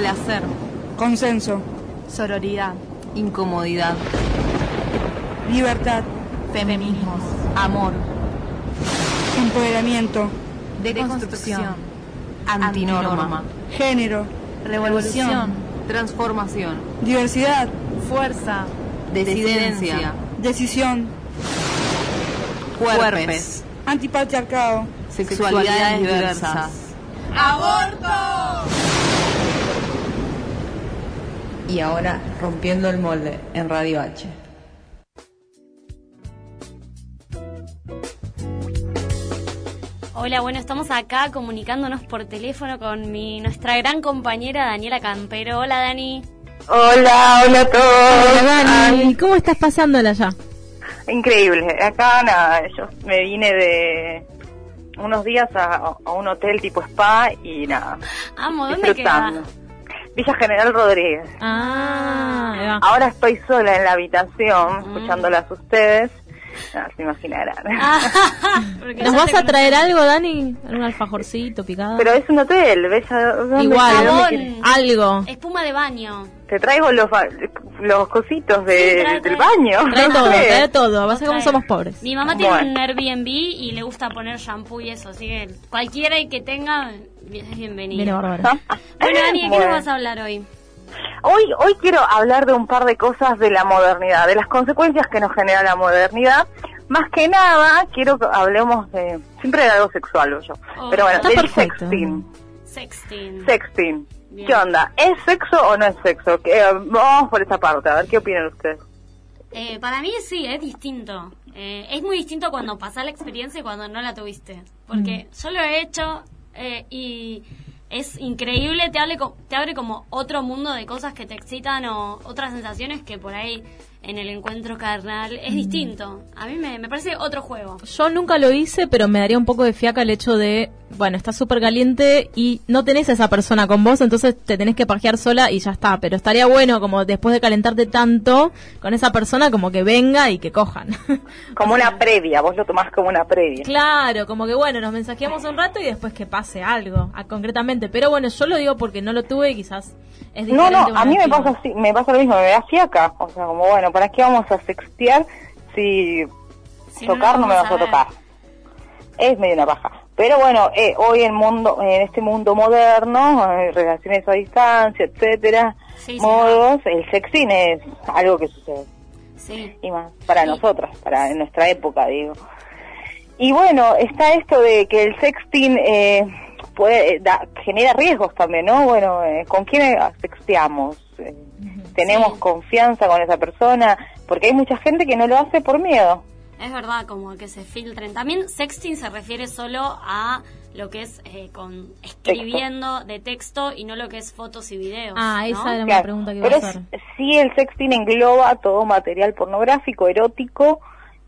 placer, Consenso. sororidad, incomodidad, Libertad. feminismos, amor, Empoderamiento. deconstrucción, antinorma, Género. revolución, transformación, Diversidad. fuerza, decidencia, Decisión. cuerpes, Antipatriarcado. sexualidades diversas. Y ahora rompiendo el molde en Radio H. Hola, bueno, estamos acá comunicándonos por teléfono con mi nuestra gran compañera Daniela Campero. Hola, Dani. Hola, hola a todos. Hola Dani, ¿cómo estás pasándola ya? Ay, increíble. Acá nada, yo me vine de unos días a, a un hotel tipo spa y nada, Amo, ¿dónde queda? disfrutando. Villa General Rodríguez. Ah, ahí va. Ahora estoy sola en la habitación, Mm. escuchándolas a ustedes. Nada, se imaginarán. Ah. Porque ¿Nos ya vas te a traer algo, Dani? ¿Un alfajorcito picado? Pero es un hotel, Bella. ¿dónde- Igual, dónde Jabón. quieres? algo. con- Espuma de baño. Te traigo los, ba- los cositos de- Sí, trae, trae. del baño. Trae no todo, sé. trae todo. Vas a como Trae. somos pobres. Mi mamá tiene Bueno. un Airbnb y le gusta poner shampoo y eso, así que cualquiera que tenga es bienvenido. Viene bárbara. Bueno, Dani, ¿de qué Bueno. nos vas a hablar hoy? Hoy, hoy quiero hablar de un par de cosas de la modernidad, de las consecuencias que nos genera la modernidad. Más que nada, quiero que hablemos de... Siempre de algo sexual yo. Oh, Pero bueno, está del perfecto. sexting. Sexting. Sexting. Bien. ¿Qué onda? ¿Es sexo o no es sexo? Que, eh, vamos por esa parte, a ver qué opinan ustedes. Eh, para mí sí, es distinto. Eh, es muy distinto cuando pasás la experiencia y cuando no la tuviste. Porque Mm. yo lo he hecho eh, y es increíble, te, hable co- te abre como otro mundo de cosas que te excitan o otras sensaciones que por ahí en el encuentro carnal Mm. es distinto. A mí me, me parece otro juego. Yo nunca lo hice, pero me daría un poco de fiaca el hecho de, bueno, estás súper caliente y no tenés a esa persona con vos, entonces te tenés que pajear sola y ya está. Pero estaría bueno, como después de calentarte tanto, con esa persona como que venga y que cojan. Como una previa, vos lo tomás como una previa. Claro, como que bueno, nos mensajeamos un rato y después que pase algo, ah, concretamente. Pero bueno, yo lo digo porque no lo tuve y quizás es No, diferente. no, una a mí me chica. pasa así, me pasa lo mismo, me da fiaca. O sea, como bueno, ¿para qué vamos a sextear si Si no, tocar no no, me vamos vas a a ver. tocar. Es medio una paja. Pero bueno, eh, hoy en mundo, en este mundo moderno, eh, relaciones a distancia, etcétera, Sí, sí. modos, el sexting es algo que sucede Sí. y más para nosotras, para en nuestra época, digo. Y bueno, está esto de que el sexting eh, puede, eh, da- genera riesgos también, ¿no? Bueno, eh, ¿con quién sexteamos? Eh, ¿Tenemos Sí. confianza con esa persona? Porque hay mucha gente que no lo hace por miedo. Es verdad, como que se filtren. También sexting se refiere solo a lo que es eh, con escribiendo de texto y no lo que es fotos y videos. Ah, ¿no? esa era mi Claro, pregunta que iba a Pero hacer. es- sí, el sexting engloba todo material pornográfico, erótico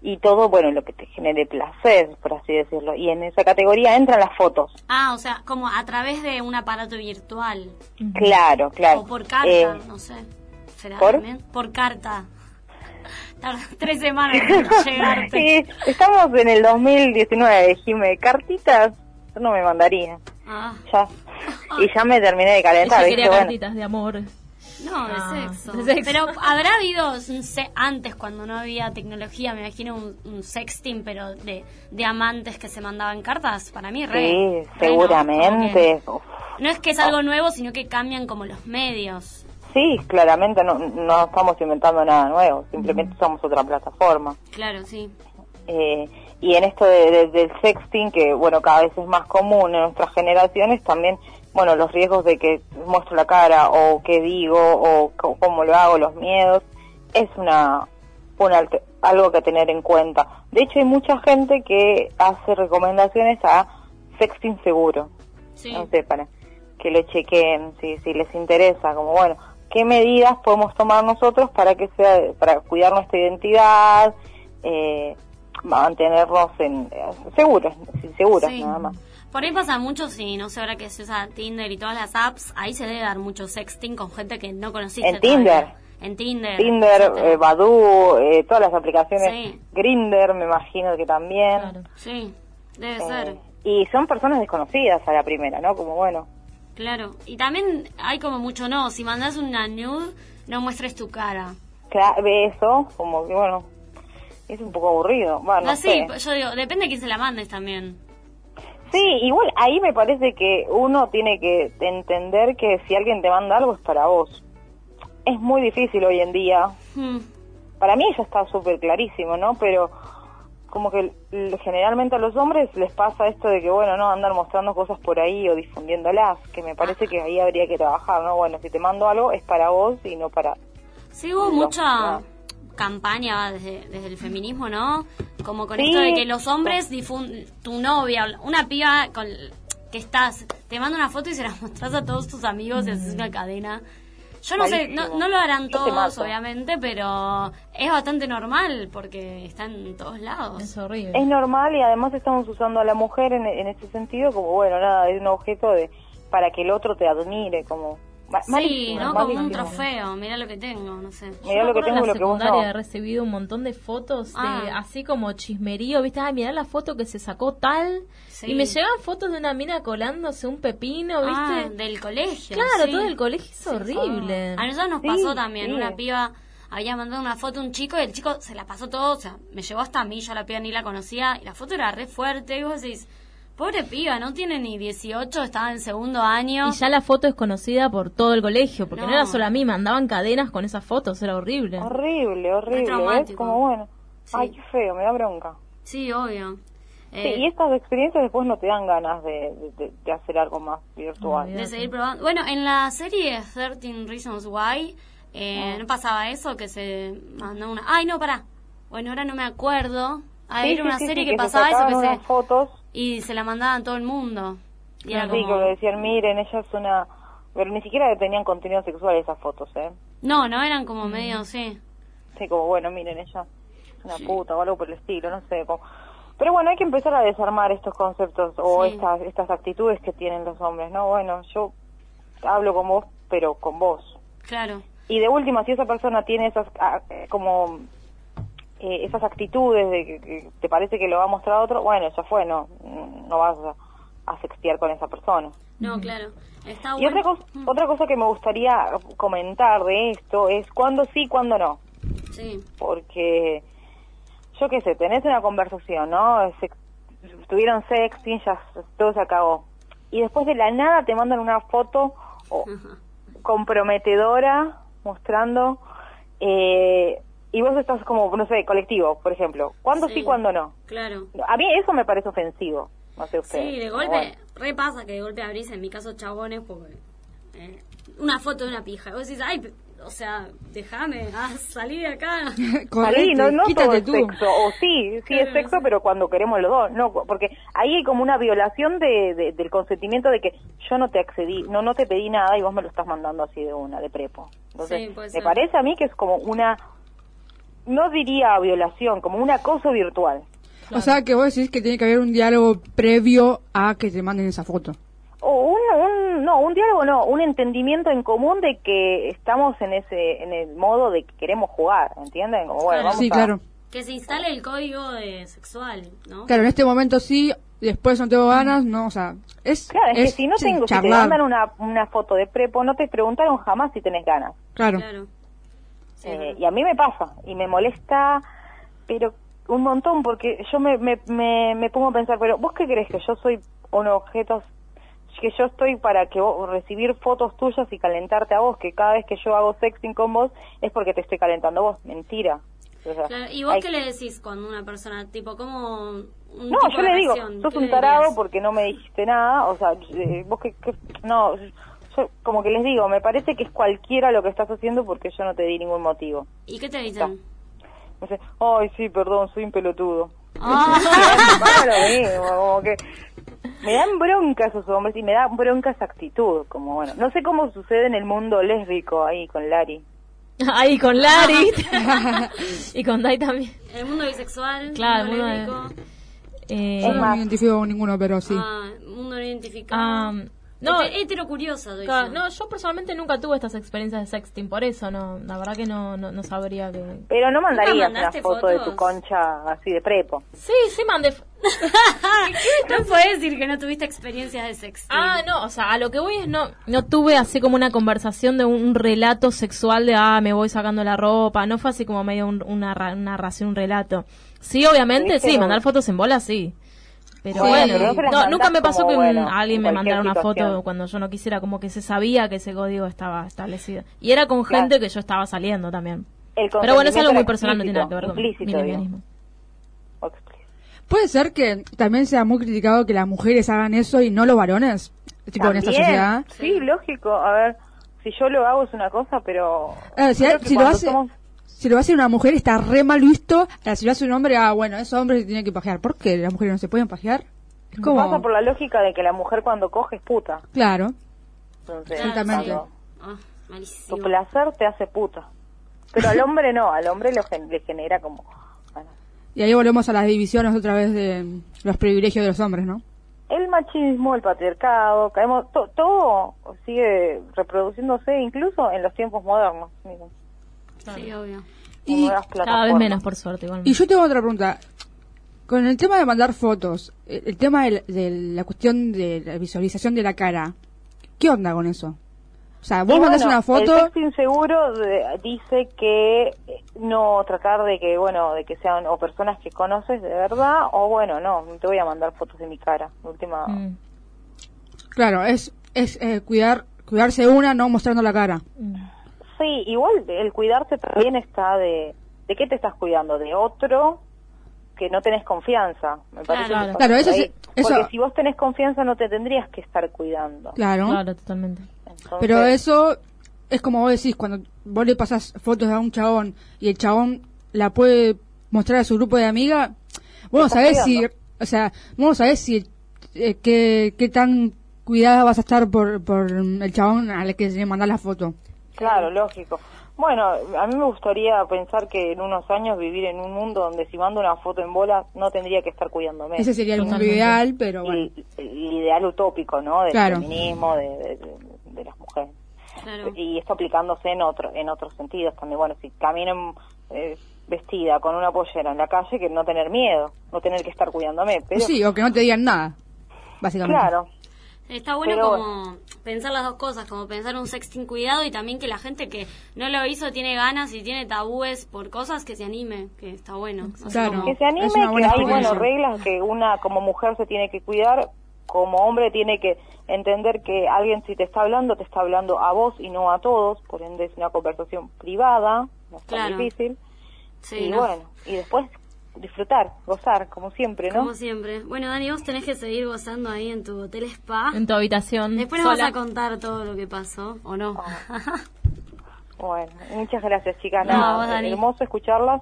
y todo, bueno, lo que te genere placer, por así decirlo. Y en esa categoría entran las fotos. Ah, o sea, como a través de un aparato virtual. Claro, claro. O por carta, Eh, no sé. ¿Será ¿por? también? Por carta. Tardas tres semanas en llegarte. sí, estamos en el 2019, Jimé. Cartitas, yo no me mandaría. Ah, Ya. Y ya me terminé de Ella calentar. quería dije, bueno. cartitas de amor. no, de, Ah, sexo. de sexo. Pero habrá habido, un se- antes cuando no había tecnología, me imagino un, un sexting, pero de, de amantes que se mandaban cartas. Para mí, re. Sí, re no, seguramente. Ah. como Uf. que No es que es algo nuevo, sino que cambian como los medios. Sí, claramente no, no estamos inventando nada nuevo, simplemente somos otra plataforma. Claro, sí. Eh, y en esto de- de- del sexting, que bueno, cada vez es más común en nuestras generaciones, también, bueno, los riesgos de que muestro la cara o qué digo o c- cómo lo hago, los miedos, es una, una alter- algo que tener en cuenta. De hecho, hay mucha gente que hace recomendaciones a sexting seguro, Sí. no sé, para que lo chequeen, si, si les interesa, como bueno, qué medidas podemos tomar nosotros para que sea, para cuidar nuestra identidad, eh, mantenernos en eh, seguros, seguras Sí. nada más. Por ahí pasa mucho si, no sé, ahora que se usa Tinder y todas las apps, ahí se debe dar mucho sexting con gente que no conociste. En todavía. En Tinder. Tinder, eh, Badoo, eh, todas las aplicaciones, Sí. Grinder, me imagino que también. Claro. Sí, debe Eh, ser. y son personas desconocidas a la primera, ¿no? Como bueno, Claro. Y también hay como mucho no. Si mandas una nude, no muestres tu cara. Cla- ve eso, como que bueno, es un poco aburrido. Va, no Ah, sí, sé. yo digo, depende de quién se la mandes también. Sí, igual ahí me parece que uno tiene que entender que si alguien te manda algo es para vos. Es muy difícil hoy en día. Hmm. Para mí ya está súper clarísimo, ¿no? Pero como que l- generalmente a los hombres les pasa esto de que, bueno, no, andar mostrando cosas por ahí o difundiéndolas, que me parece que ahí habría que trabajar, ¿no? Bueno, si te mando algo es para vos y no para... Sí, hubo No, mucha no. campaña desde, desde el feminismo, ¿no? Como con Sí. esto de que los hombres difunden tu novia, una piba con que estás, te manda una foto y se la mostras a todos tus amigos y haces una cadena. Yo no sé, no, Mm. Malísimo. no lo harán Yo te todos, mato. obviamente, pero es bastante normal porque está en todos lados. Es horrible. Es normal y además estamos usando a la mujer en, en este sentido como, bueno, nada, es un objeto de para que el otro te admire, como... ma- sí, malísimo, ¿no? Como un malísimo. trofeo, mira lo que tengo, no sé. Yo Mirá me lo que acuerdo en tengo y la lo que vos secundaria no. he recibido un montón de fotos de Ah. así como chismerío, ¿viste? Ay, mirá la foto que se sacó tal. Sí. Y me llegan fotos de una mina colándose un pepino, ¿viste? Ah, del colegio. Claro, sí. todo el colegio es horrible. Ah, A nosotros nos Sí, pasó también, sí. una piba había mandado una foto a un chico y el chico se la pasó todo, o sea, me llevó hasta a mí, yo a la piba ni la conocía, y la foto era re fuerte, y vos decís, pobre piba, no tiene ni 18, estaba en segundo año. Y ya la foto es conocida por todo el colegio, porque no, No. era solo a mí, mandaban cadenas con esas fotos, era horrible. Horrible, Re horrible, ¿ves? traumático. Como bueno. Sí. Ay, qué feo, me da bronca. Sí, obvio. Sí, Eh, y estas experiencias después no te dan ganas de, de- de hacer algo más virtual. de seguir probando. Bueno, en la serie 13 Reasons Why, Ah. eh, ¿no pasaba eso? Que se mandó una... Ay, no, pará. Bueno, ahora no me acuerdo. Ah, Sí, era sí, una sí, serie sí, que, se pasaba eso, sacaban que unas se... fotos, Y se la mandaban a todo el mundo. Y era sí, como- que le decían, miren, ella es una... Pero ni siquiera tenían contenido sexual esas fotos, ¿eh? No, no, eran Mm. como medio, sí. Sí, como, bueno, miren, ella es una puta o algo por el estilo, no sé. como- Pero bueno, hay que empezar a desarmar estos conceptos o Sí. estas, estas actitudes que tienen los hombres, ¿no? Bueno, yo hablo con vos, pero con vos. Claro. Y de última, si esa persona tiene esas ah, eh, como eh, esas actitudes de que, que te parece que lo va a mostrar otro, bueno, ya fue, no no vas a, a sextear con esa persona. No, claro. Está Mm. Y Ah, bueno. otra cosa, otra cosa que me gustaría comentar de esto es cuándo sí, cuándo no, Sí. porque yo qué sé, tenés una conversación, ¿no? Sex- tuvieron sexting, ya s- todo se acabó. Y después de la nada te mandan una foto o Ajá. comprometedora mostrando eh, y vos estás como no sé colectivo por ejemplo cuándo sí, cuándo no Claro. a mí eso me parece ofensivo no sé ustedes Sí, de pero golpe, bueno. repasa que de golpe abrís, en mi caso, chabones, porque. eh, una foto de una pija. Y Vos decís, ay, pe- o sea, déjame, ah, salí de acá. Salí, no, no todo quítate es tú. sexo, o sí, sí es este, Claro, sexo, pero cuando queremos los dos, no, porque ahí hay como una violación de, de- del consentimiento de que yo no te accedí, no no te pedí nada y vos me lo estás mandando así de una, de prepo. Entonces, Sí, puede me ser. parece a mí que es como una, no diría violación, como un acoso virtual. O sea, que vos decís que tiene que haber un diálogo previo a que te manden esa foto. O un, un- no, un diálogo no, un entendimiento en común de que estamos en ese, en el modo de que queremos jugar, ¿entienden? Como, bueno, Claro. vamos Sí, a- claro. Que se instale el código de sexual, ¿no? Claro, en este momento sí, después no tengo ganas, no, o sea, es, Claro, es, que si no sí, tengo, si te charlar, mandan una, una foto de prepo, no te preguntaron jamás si tenés ganas. claro. Claro. Sí, Eh, claro. y a mí me pasa, y me molesta, pero un montón, porque yo me, me, me, me pongo a pensar, pero vos qué crees que yo soy un objeto, que yo estoy para que vos- recibir fotos tuyas y calentarte a vos, que cada vez que yo hago sexting con vos es porque te estoy calentando a vos, mentira. O sea, Claro, ¿Y vos hay- qué le decís cuando una persona, tipo, como. un no, tipo yo de le digo, reacción? sos ¿Qué le un tarado dirías? porque no me dijiste nada, o sea, eh, vos que, que- no, yo como que les digo, me parece que es cualquiera lo que estás haciendo porque yo no te di ningún motivo. ¿Y qué te dicen? Me dice, ay, sí, perdón, soy un pelotudo. Ah, Para lo mismo, como que me dan bronca esos hombres y me da bronca esa actitud, como bueno, no sé cómo sucede en el mundo lésbico ahí con Lari. Ahí con Larry y con Dai también. el mundo bisexual, Claro, el el mundo mundo de- lésbico. Eh, Yo no me identifico con ninguno, pero sí. Ah, mundo no Ah, identificado. ah, No, Hete- heterocuriosa, doy ca- yo. no, yo personalmente nunca tuve estas experiencias de sexting, por eso no, la verdad que no, no, no sabría que... Pero no mandarías una mandaste foto de tu fotos? concha así de prepo. Sí, sí mandé... f- no puedes decir que no tuviste experiencias de sexo. Ah, no, o sea, a lo que voy es no, no tuve así como una conversación de un relato sexual de, ah, me voy sacando la ropa, no fue así como medio un- una, ra- una narración, un relato. Sí, obviamente, Viste, sí, no. mandar fotos en bola, sí. Pero Bueno, bueno, pero no se las no, mandás nunca me pasó como, que un- bueno, alguien en me cualquier mandara una foto situación. cuando yo no quisiera, como que se sabía que ese código estaba establecido. Y era con gente que yo estaba saliendo también. El Pero bueno, es consentimiento algo muy era personal, no tiene nada que ver con implícito, mi digo. lesbianismo. O explícito. Puede ser que también sea muy criticado que las mujeres hagan eso y no los varones, tipo en esta También. sociedad. Sí, lógico. A ver, si yo lo hago es una cosa, pero... Eh, si, creo que si lo cuando hace, somos- si lo hace una mujer está re mal visto, ahora si lo hace un hombre, ah, bueno, ese hombre se tiene que pajear. ¿Por qué las mujeres no se pueden pajear? Es Pasa como... por la lógica de que la mujer cuando coge es puta. Claro. Entonces, Exactamente. cuando Ah, Tu malísimo. placer te hace puta. Pero al hombre no, al hombre lo gen- le genera como... bueno, Y ahí volvemos a las divisiones otra vez de los privilegios de los hombres, ¿no? el machismo, el patriarcado, caemos, to- todo sigue reproduciéndose incluso en los tiempos modernos. miren, Sí, obvio. con Y nuevas Cada vez plataformas. menos, por suerte, igual. Y yo tengo otra pregunta. Con el tema de mandar fotos, eh, el el tema del- de, la cuestión de la visualización de la cara, ¿qué onda con eso? O sea, vos Y mandás bueno, una El foto, sexo inseguro de- dice que eh, no tratar de que, bueno, de que sean o personas que conoces de verdad, o bueno, no, no te voy a mandar fotos de mi cara. de Última, Mm, claro, es, es eh, cuidar cuidarse una, no mostrando la cara. mm. Sí, igual el cuidarse también está de... ¿De qué te estás cuidando? ¿De otro? que no tenés confianza, me parece. Claro. que Claro, pasa eso por sí- ahí. eso- Porque si vos tenés confianza no te tendrías que estar cuidando. Claro. Claro, totalmente. Entonces, Pero eso es como vos decís, cuando vos le pasás fotos a un chabón y el chabón la puede mostrar a su grupo de amigas, vos no Estás sabés si, cuidando. o sea, vos no sabés si, eh, qué, qué tan cuidada vas a estar por, por el chabón al que le mandás la foto. Claro, lógico. Bueno, a mí me gustaría pensar que en unos años vivir en un mundo donde si mando una foto en bola no tendría que estar cuidándome. Ese sería el mundo Totalmente. ideal, pero bueno. el, el ideal utópico, ¿no? Del Claro. feminismo, de, de- de- de las mujeres. Claro. Y esto aplicándose en otro, en otros sentidos también. Bueno, si camino eh, vestida con una pollera en la calle, que no tener miedo, no tener que estar cuidándome. Pero, sí, o que no te digan nada, básicamente. claro. Está bueno Pero como pensar las dos cosas, como pensar un sexting cuidado y también que la gente que no lo hizo tiene ganas y tiene tabúes por cosas que se anime, que está bueno. O sea, Claro. Que como- se anime, Es una que buena hay bueno, experiencia. reglas que una como mujer se tiene que cuidar, como hombre tiene que entender que alguien si te está hablando, te está hablando a vos y no a todos, por ende es una conversación privada, no es tan Claro. difícil. sí, y ¿no? bueno, y después disfrutar, gozar, como siempre, ¿no? Como siempre. Bueno, Dani, vos tenés que seguir gozando ahí en tu hotel spa. En tu habitación. Ah. Después nos sola. vas a contar todo lo que pasó, ¿o no? Ah. Bueno, muchas gracias chicas, No, nada, vos, Dani. hermoso escucharlas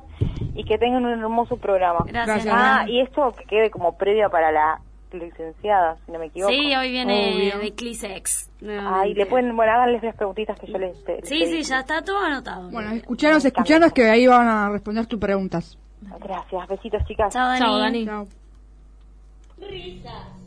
y que tengan un hermoso programa. Gracias. Gracias. Ah, Dani. y esto que quede como previa para la licenciada, si no me equivoco. Sí, hoy viene Obvio. de Clisex. Ay, le pueden, bueno, háganles las preguntitas que yo les... te- les Sí, sí, pedí. ya está todo anotado. Bueno, escuchanos, escuchanos que ahí van a responder tus preguntas. Gracias, besitos chicas. Chao, Dani. Chao, Dani. Chao. Risas.